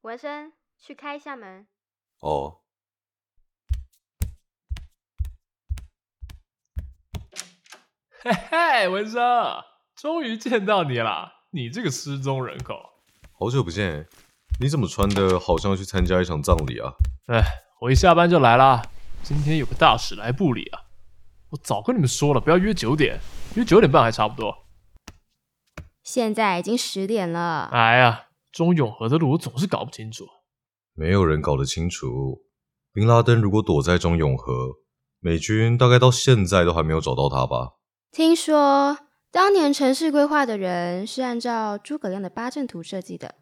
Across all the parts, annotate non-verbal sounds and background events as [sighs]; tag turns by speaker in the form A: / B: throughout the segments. A: 文生，去开一下门。
B: 哦，
C: 嘿嘿，文生，终于见到你啦！你这个失踪人口，
B: 好久不见，你怎么穿的好像要去参加一场葬礼啊？
C: 哎我一下班就来啦。今天有个大使来部里啊，我早跟你们说了，不要约九点，约九点半还差不多。
A: 现在已经十点了，
C: 哎呀，中永和的路我总是搞不清楚。
B: 没有人搞得清楚，宾拉登如果躲在中永和，美军大概到现在都还没有找到他吧？
A: 听说当年城市规划的人是按照诸葛亮的八阵图设计的。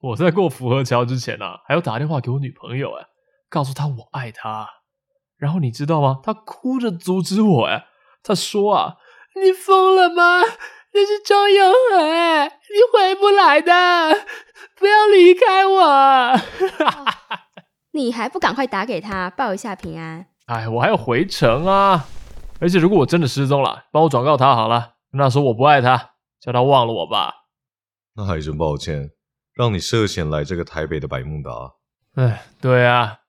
C: 我在过福和桥之前啊，还要打电话给我女朋友哎、告诉她我爱她。然后你知道吗？她哭着阻止我哎、她说啊，你疯了吗？那是周永和哎、你回不来的，不要离开我。
A: 你还不赶快打给他报一下平安？
C: 哎，我还要回城啊！而且如果我真的失踪了，帮我转告她好了，跟她说我不爱她，叫她忘了我吧。
B: 那还真抱歉，让你涉嫌来这个台北的百慕达。
C: 哎，对啊，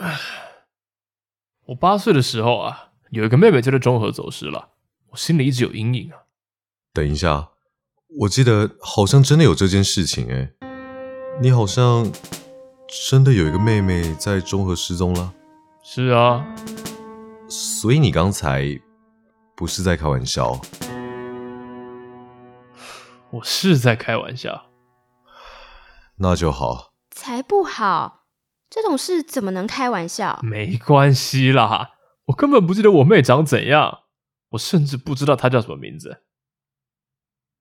C: 唉我八岁的时候啊，有一个妹妹就在中和走失了，我心里一直有阴影啊。
B: 等一下，我记得好像真的有这件事情诶，你好像真的有一个妹妹在中和失踪了，
C: 是啊，
B: 所以你刚才不是在开玩笑？
C: 我是在开玩笑。
B: 那就好，
A: 才不好，这种事怎么能开玩笑？
C: 没关系啦，我根本不记得我妹长怎样，我甚至不知道她叫什么名字。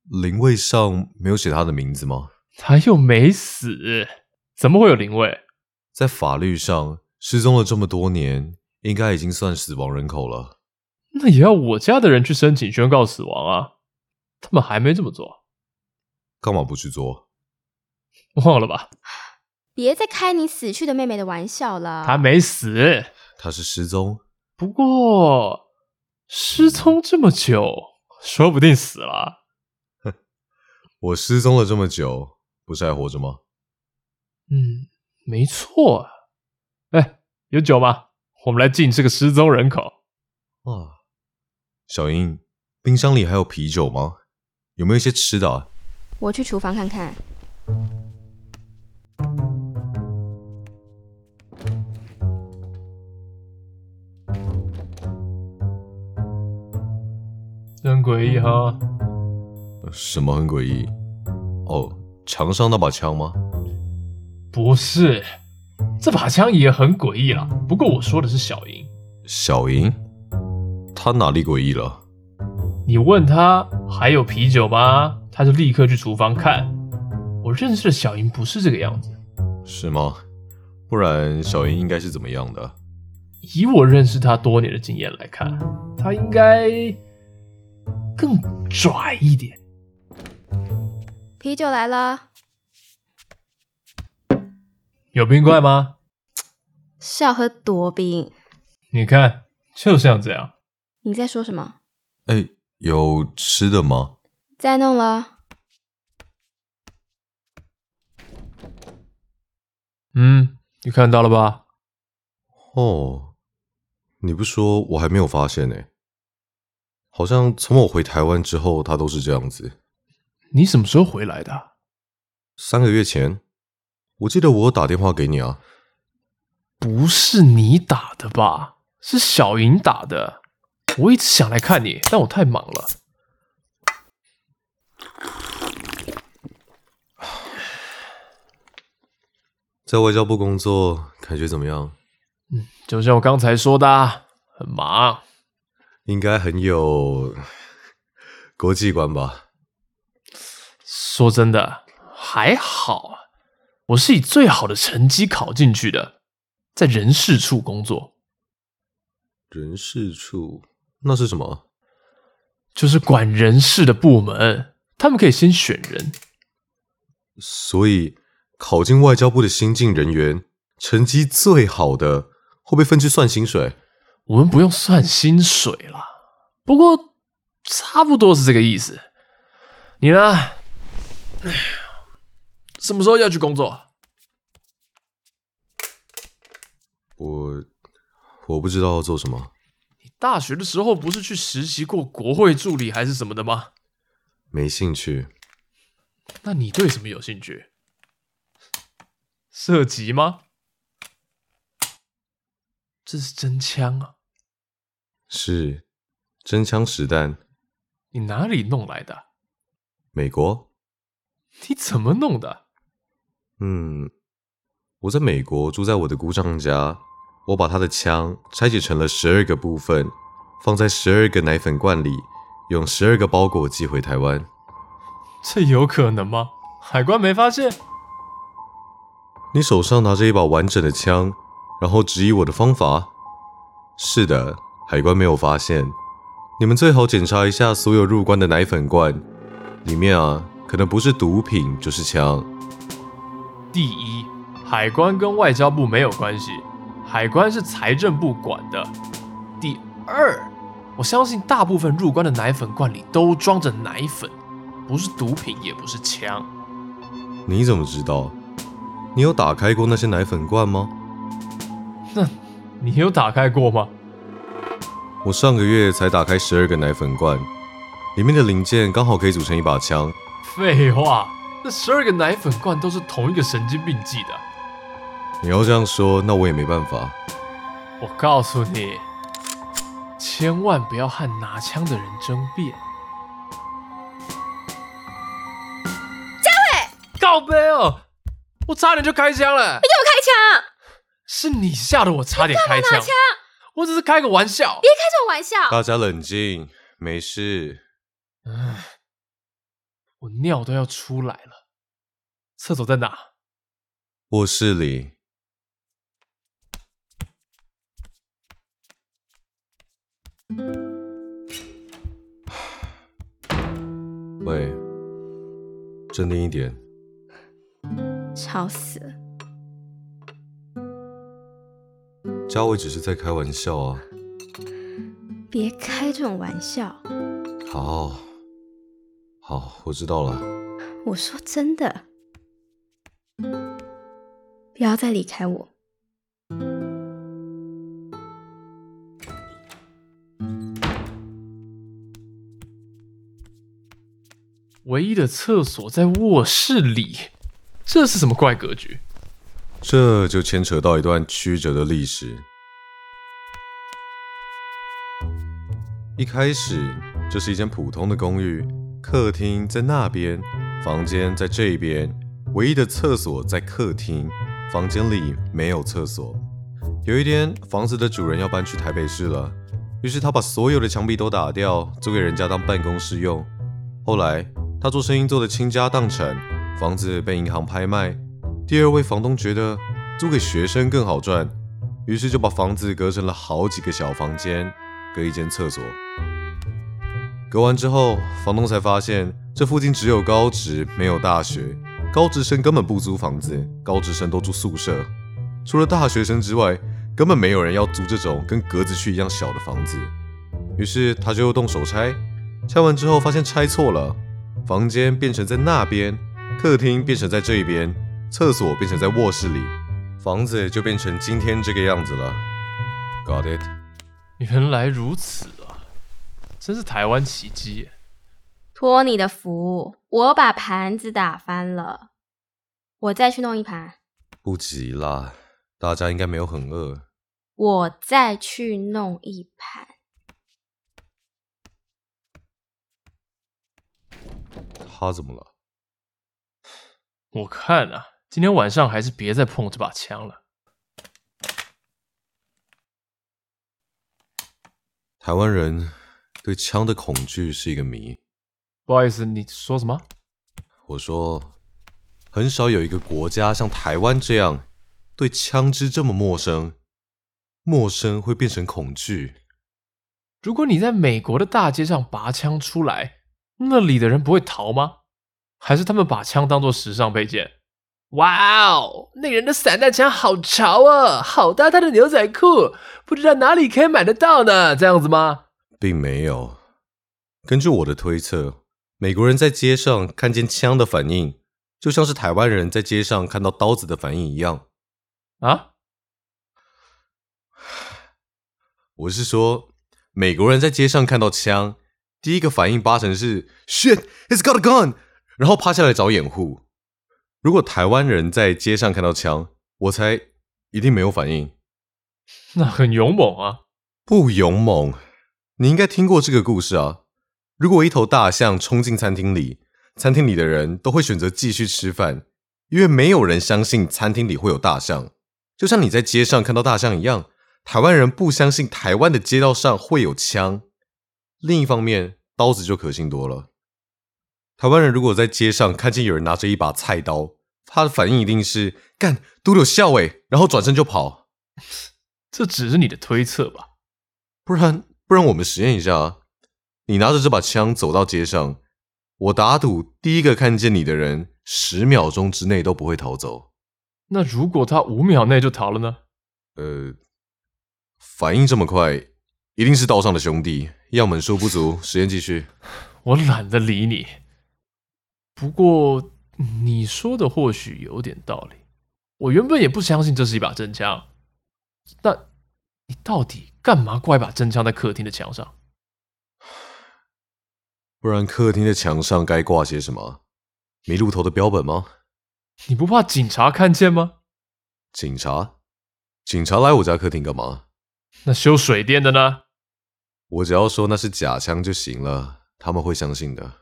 B: 灵位上没有写她的名字吗？
C: 她又没死，怎么会有灵位？
B: 在法律上，失踪了这么多年，应该已经算死亡人口了。
C: 那也要我家的人去申请宣告死亡啊，他们还没这么做，
B: 干嘛不去做？
C: 忘了吧？
A: 别再开你死去的妹妹的玩笑了。
C: 她没死。
B: 她是失踪，
C: 不过失踪这么久，说不定死了。
B: 我失踪了这么久，不是还活着吗？
C: 嗯，没错啊。哎，有酒吗？我们来敬这个失踪人口。
B: 啊，小英，冰箱里还有啤酒吗？有没有一些吃的、啊？
A: 我去厨房看看。
C: 真诡异哈！
B: 什么很诡异？哦，墙上那把枪吗？
C: 不是，这把枪也很诡异啦。不过我说的是小英，
B: 小英，她哪里诡异了？
C: 你问他还有啤酒吗？他就立刻去厨房看。我认识的小英不是这个样子。
B: 是吗？不然小英应该是怎么样的？
C: 以我认识他多年的经验来看，他应该更拽一点。
A: 啤酒来了，
C: 有冰块吗？
A: 是要喝多冰？
C: 你看，就像这样。
A: 你在说什么？
B: 哎，有吃的吗？
A: 再弄了，
C: 嗯，你看到了吧？
B: 哦，你不说我还没有发现呢、欸好像从我回台湾之后，她都是这样子。
C: 你什么时候回来的啊？
B: 三个月前，我记得我有打电话给你啊。
C: 不是你打的吧？是小莹打的。我一直想来看你，但我太忙了。
B: 在外交部工作，感觉怎么样？
C: 就像我刚才说的啊，很忙。
B: 应该很有国际观吧？
C: 说真的，还好啊。我是以最好的成绩考进去的，在人事处工作，
B: 人事处那是什么？
C: 就是管人事的部门，他们可以先选人，
B: 所以考进外交部的新进人员，成绩最好的会被分去算薪水。
C: 我们不用算薪水啦，不过差不多是这个意思。你呢？唉什么时候要去工作？
B: 我我不知道要做什么，
C: 你大学的时候不是去实习过国会助理还是什么的吗？
B: 没兴趣。
C: 那你对什么有兴趣？射击吗？这是真枪啊！
B: 是真枪实弹，
C: 你哪里弄来的？
B: 美国。
C: 你怎么弄的？
B: 嗯，我在美国住在我的姑丈家，我把他的枪拆解成了十二个部分，放在十二个奶粉罐里，用十二个包裹寄回台湾。
C: 这有可能吗？海关没发现？
B: 你手上拿着一把完整的枪，然后质疑我的方法？是的，海关没有发现。你们最好检查一下所有入关的奶粉罐，里面啊，可能不是毒品就是枪。
C: 第一，海关跟外交部没有关系，海关是财政部管的。第二，我相信大部分入关的奶粉罐里都装着奶粉，不是毒品，也不是枪。
B: 你怎么知道？你有打开过那些奶粉罐吗？
C: 你有打开过吗？
B: 我上个月才打开十二个奶粉罐，里面的零件刚好可以组成一把枪。
C: 废话，那十二个奶粉罐都是同一个神经病寄的。
B: 你要这样说，那我也没办法。
C: 我告诉你，千万不要和拿枪的人争辩。嘉伟，告白哦！我差点就开枪了，
A: 我开枪！
C: 是你吓得我差点开枪。我只是开个玩笑。
A: 别开这种玩笑！
B: 大家冷静，没事。
C: 唉我尿都要出来了。厕所在哪？
B: 卧室里， [sighs] 喂，镇定一点。
A: 吵死了！
B: 嘉伟只是在开玩笑啊。
A: 别开这种玩笑！
B: 好，好，我知道了。
A: 我说真的，不要再离开我。
C: 唯一的厕所在卧室里，这是什么怪格局？
B: 这就牵扯到一段曲折的历史。一开始，这是一间普通的公寓，客厅在那边，房间在这边，唯一的厕所在客厅，房间里没有厕所。有一天，房子的主人要搬去台北市了，于是他把所有的墙壁都打掉，租给人家当办公室用。后来，他做生意做得倾家荡产，房子被银行拍卖，第二位房东觉得租给学生更好赚，于是就把房子隔成了好几个小房间，隔一间厕所。隔完之后，房东才发现这附近只有高职没有大学，高职生根本不租房子，高职生都住宿舍。除了大学生之外，根本没有人要租这种跟格子区一样小的房子。于是他就又动手拆，拆完之后发现拆错了，房间变成在那边，客厅变成在这边，厕所变成在卧室里，房子就变成今天这个样子了。Got it？
C: 原来如此啊！真是台湾奇迹耶。
A: 托你的福，我把盘子打翻了，我再去弄一盘，
B: 不急啦，大家应该没有很饿。
A: 我再去弄一盘。
B: 他怎么了？
C: 我看啊，今天晚上还是别再碰这把枪了。
B: 台湾人对枪的恐惧是一个谜。
C: 不好意思，你说什么？
B: 我说，很少有一个国家像台湾这样对枪支这么陌生，陌生会变成恐惧。
C: 如果你在美国的大街上拔枪出来，那里的人不会逃吗？还是他们把枪当做时尚配件？哇哦，那人的散弹枪好潮啊，好搭他的牛仔裤，不知道哪里可以买得到呢？这样子吗？
B: 并没有。根据我的推测，美国人在街上看见枪的反应就像是台湾人在街上看到刀子的反应一样。
C: 啊？
B: 我是说，美国人在街上看到枪，第一个反应八成是 “shit, it's got a gun”，然后趴下来找掩护。如果台湾人在街上看到枪，我猜一定没有反应。
C: 那很勇猛啊！
B: 不勇猛，你应该听过这个故事啊。如果一头大象冲进餐厅里，餐厅里的人都会选择继续吃饭，因为没有人相信餐厅里会有大象。就像你在街上看到大象一样，台湾人不相信台湾的街道上会有枪。另一方面，刀子就可信多了。台湾人如果在街上看见有人拿着一把菜刀，他的反应一定是干嘟溜笑诶，欸然后转身就跑。
C: 这只是你的推测吧？
B: 不然不然我们实验一下啊！你拿着这把枪走到街上，我打赌第一个看见你的人，十秒钟之内都不会逃走。
C: 那如果他五秒内就逃了呢？
B: 呃，反应这么快，一定是道上的兄弟。样本数不足，实验继续。
C: 我懒得理你。不过你说的或许有点道理。我原本也不相信这是一把真枪。那你到底干嘛挂一把真枪在客厅的墙上？
B: 不然客厅的墙上该挂些什么？迷路头的标本吗？
C: 你不怕警察看见吗？
B: 警察？警察来我家客厅干嘛？
C: 那修水电的呢？
B: 我只要说那是假枪就行了，他们会相信的。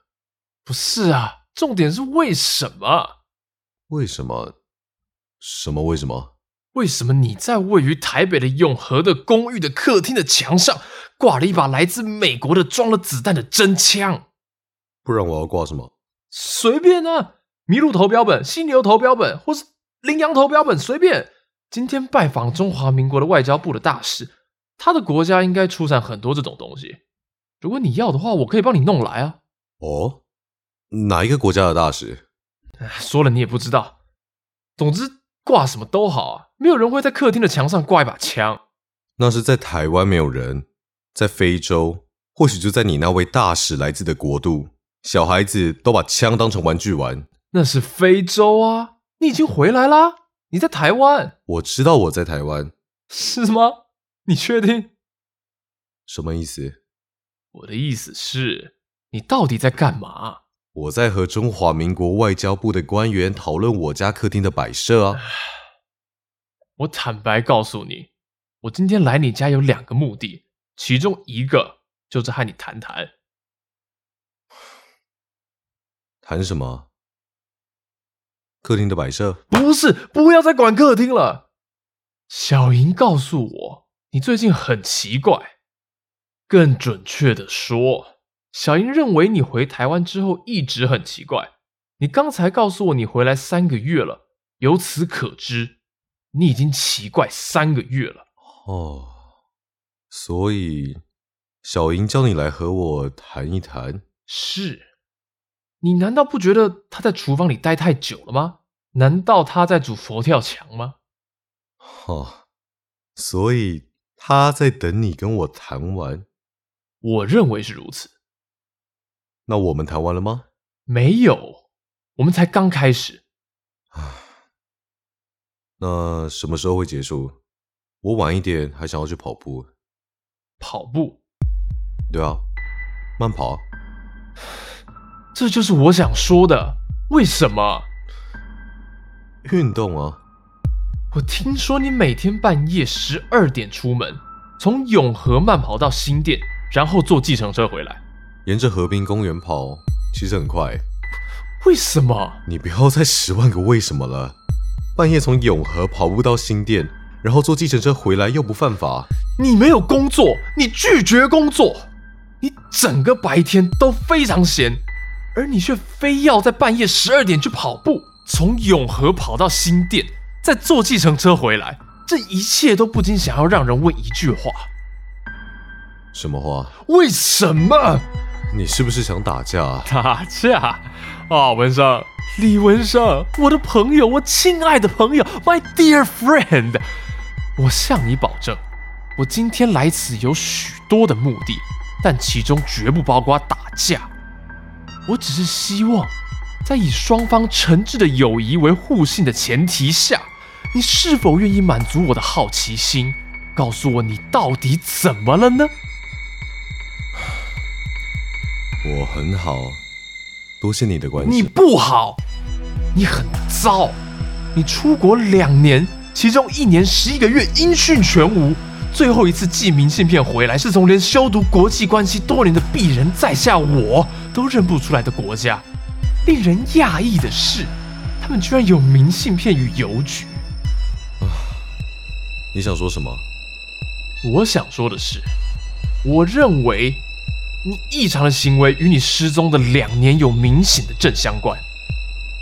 C: 不是啊，重点是为什么？
B: 为什么？什么为什么？
C: 为什么你在位于台北的永和的公寓的客厅的墙上挂了一把来自美国的装了子弹的真枪？
B: 不然我要挂什么？
C: 随便啊，麋鹿头标本、犀牛头标本，或是羚羊头标本，随便。今天拜访中华民国的外交部的大使，他的国家应该出产很多这种东西。如果你要的话，我可以帮你弄来啊。
B: 哦，哪一个国家的大使？
C: 唉哎说了你也不知道。总之挂什么都好啊，没有人会在客厅的墙上挂一把枪。
B: 那是在台湾没有人，在非洲，或许就在你那位大使来自的国度，小孩子都把枪当成玩具玩。
C: 那是非洲啊！你已经回来啦，你在台湾
B: 我知道我在台湾，
C: 是吗？你确定？
B: 什么意思？
C: 我的意思是，你到底在干嘛？
B: 我在和中华民国外交部的官员讨论我家客厅的摆设啊。
C: 我坦白告诉你，我今天来你家有两个目的，其中一个就是和你谈谈。
B: 谈什么？客厅的摆设？
C: 不是，不要再管客厅了。小莹告诉我，你最近很奇怪。更准确的说，小莹认为你回台湾之后一直很奇怪。你刚才告诉我你回来三个月了，由此可知，你已经奇怪三个月了。
B: 哦，所以小莹叫你来和我谈一谈。
C: 是，你难道不觉得他在厨房里待太久了吗？难道他在煮佛跳墙吗？
B: 哦，所以他在等你跟我谈完。
C: 我认为是如此。
B: 那我们谈完了吗？
C: 没有，我们才刚开始。
B: 那什么时候会结束？我晚一点还想要去跑步。
C: 跑步，
B: 对啊，慢跑啊。
C: 这就是我想说的。为什么？
B: 运动啊。
C: 我听说你每天半夜十二点出门，从永和慢跑到新店，然后坐计程车回来。
B: 沿着河滨公园跑，其实很快。
C: 为什么？
B: 你不要再十万个为什么了。半夜从永和跑步到新店，然后坐计程车回来又不犯法。
C: 你没有工作，你拒绝工作，你整个白天都非常闲，而你却非要在半夜十二点去跑步，从永和跑到新店，再坐计程车回来。这一切都不禁想要让人问一句话：
B: 什么话？
C: 为什么？
B: 你是不是想打架
C: [laughs]
B: 啊？
C: 打架啊，文生，李文生，我的朋友，我亲爱的朋友，my dear friend，我向你保证，我今天来此有许多的目的，但其中绝不包括打架。我只是希望在以双方诚挚的友谊为互信的前提下，你是否愿意满足我的好奇心，告诉我你到底怎么了呢？
B: 我很好，多谢你的关
C: 你
B: 心。
C: 不好，你很糟，你出国两年，其中一年十一个月音讯全无，最后一次寄明信片回来是从连修读国际关系多年的鄙人在下我都认不出来的国家。令人讶异的是，他们居然有明信片与邮局。
B: 你想说什么？
C: 我想说的是，我认为你异常的行为与你失踪的两年有明显的正相关。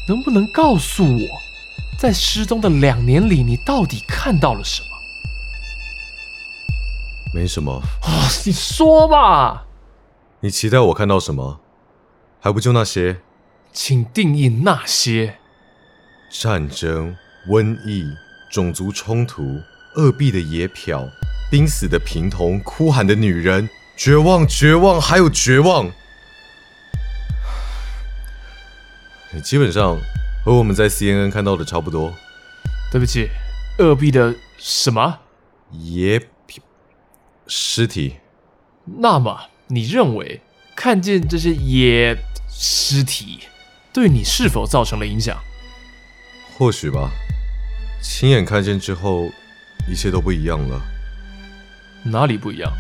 C: 能不能告诉我，在失踪的两年里，你到底看到了什么？
B: 没什么。
C: 哦，你说吧，
B: 你期待我看到什么？还不就那些
C: 请定义那些。
B: 战争、瘟疫、种族冲突、恶弊的野漂、濒死的贫童、哭喊的女人、绝望、绝望，还有绝望。你基本上和我们在 CNN 看到的差不多。
C: 对不起，二 B 的什么？
B: 野匹尸体，
C: 那么你认为看见这些野尸体，对你是否造成了影响？
B: 或许吧。亲眼看见之后，一切都不一样了。
C: 哪里不一样？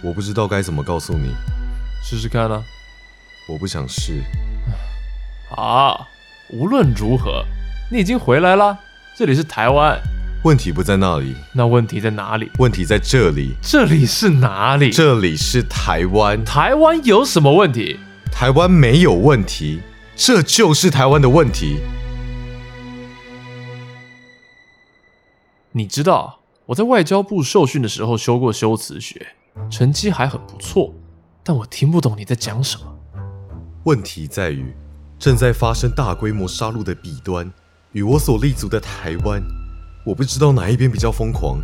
B: 我不知道该怎么告诉你，
C: 试试看啊。
B: 我不想试。
C: 啊，无论如何，你已经回来啦。这里是台湾，
B: 问题不在那里，
C: 那问题在哪里？
B: 问题在这里。
C: 这里是哪里？
B: 这里是台湾，
C: 台湾有什么问题？
B: 台湾没有问题，这就是台湾的问题。
C: 你知道我在外交部受训的时候修过修辞学，成绩还很不错，但我听不懂你在讲什么。
B: 问题在于，正在发生大规模杀戮的彼端，与我所立足的台湾，我不知道哪一边比较疯狂。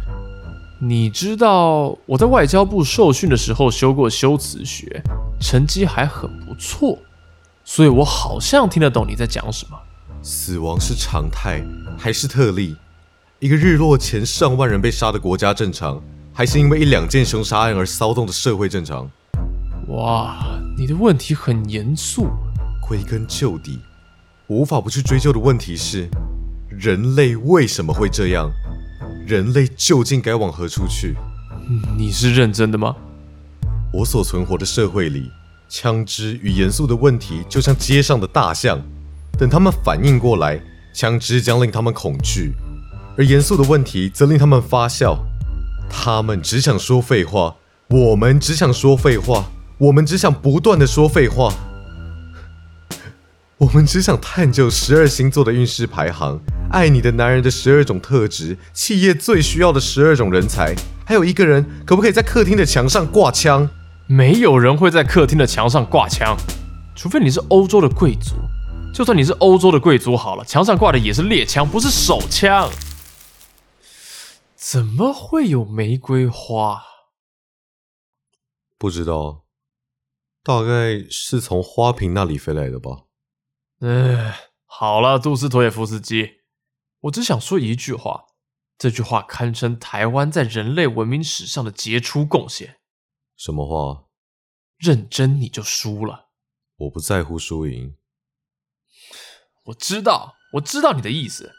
C: 你知道我在外交部受训的时候修过修辞学，成绩还很不错，所以我好像听得懂你在讲什么。
B: 死亡是常态还是特例？一个日落前上万人被杀的国家正常，还是因为一两件凶杀案而骚动的社会正常？
C: 哇，你的问题很严肃。
B: 归根究底，我无法不去追究的问题是：人类为什么会这样？人类究竟该往何处去？
C: 嗯你是认真的吗？
B: 我所存活的社会里，枪支与严肃的问题就像街上的大象，等他们反应过来，枪支将令他们恐惧，而严肃的问题则令他们发笑。他们只想说废话，我们只想说废话，我们只想不断的说废话。我们只想探究十二星座的运势排行，爱你的男人的十二种特质，企业最需要的十二种人才，还有一个人可不可以在客厅的墙上挂枪？
C: 没有人会在客厅的墙上挂枪，除非你是欧洲的贵族。就算你是欧洲的贵族好了，墙上挂的也是猎枪，不是手枪。怎么会有玫瑰花？
B: 不知道，大概是从花瓶那里飞来的吧。
C: 唉，好了，杜斯妥也夫斯基，我只想说一句话，这句话堪称台湾在人类文明史上的杰出贡献。
B: 什么话？
C: 认真你就输了。
B: 我不在乎输赢。
C: 我知道，我知道你的意思。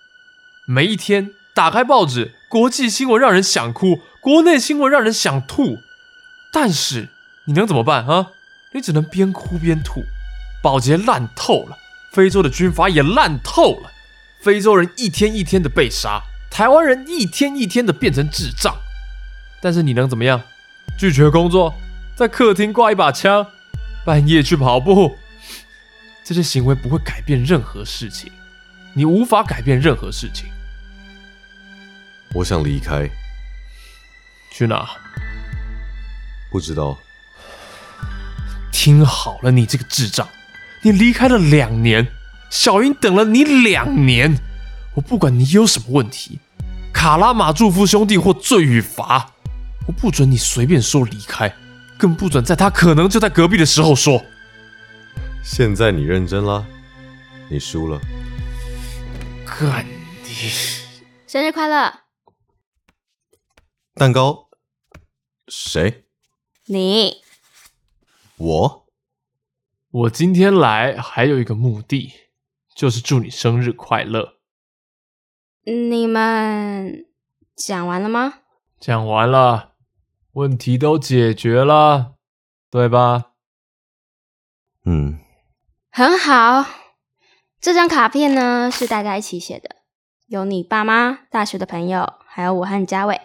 C: 每一天打开报纸，国际新闻让人想哭，国内新闻让人想吐。但是你能怎么办啊？你只能边哭边吐。保洁烂透了，非洲的军阀也烂透了，非洲人一天一天的被杀，台湾人一天一天的变成智障。但是你能怎么样？拒绝工作，在客厅挂一把枪，半夜去跑步，这些行为不会改变任何事情，你无法改变任何事情。
B: 我想离开，
C: 去哪？
B: 不知道。
C: 听好了，你这个智障，你离开了两年，小英等了你两年。我不管你有什么问题，卡拉马祝夫兄弟或罪与罚，我不准你随便说离开，更不准在他可能就在隔壁的时候说。
B: 现在你认真啦，你输了。
C: 干你！
A: 生日快乐！
B: 蛋糕，谁？
A: 你
B: 我？
C: 我今天来还有一个目的，就是祝你生日快乐。
A: 你们讲完了吗？
C: 讲完了，问题都解决了，对吧？
B: 嗯，
A: 很好，这张卡片呢是大家一起写的，有你爸妈、大学的朋友，还有我和嘉伟。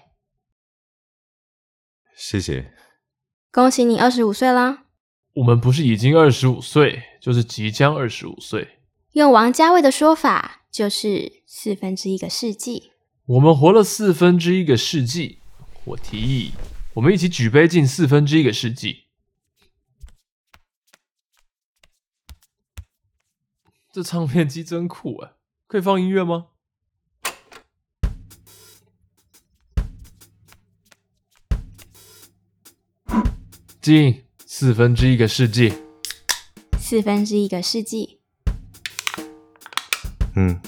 B: 谢谢。
A: 恭喜你二十五岁啦！
C: 我们不是已经二十五岁，就是即将二十五岁。
A: 用王家卫的说法，就是四分之一个世纪。
C: 我们活了四分之一个世纪，我提议我们一起举杯敬四分之一个世纪。这唱片机真酷哎，可以放音乐吗？敬四分之一个世纪。
A: 四分之一个世纪，
B: 嗯，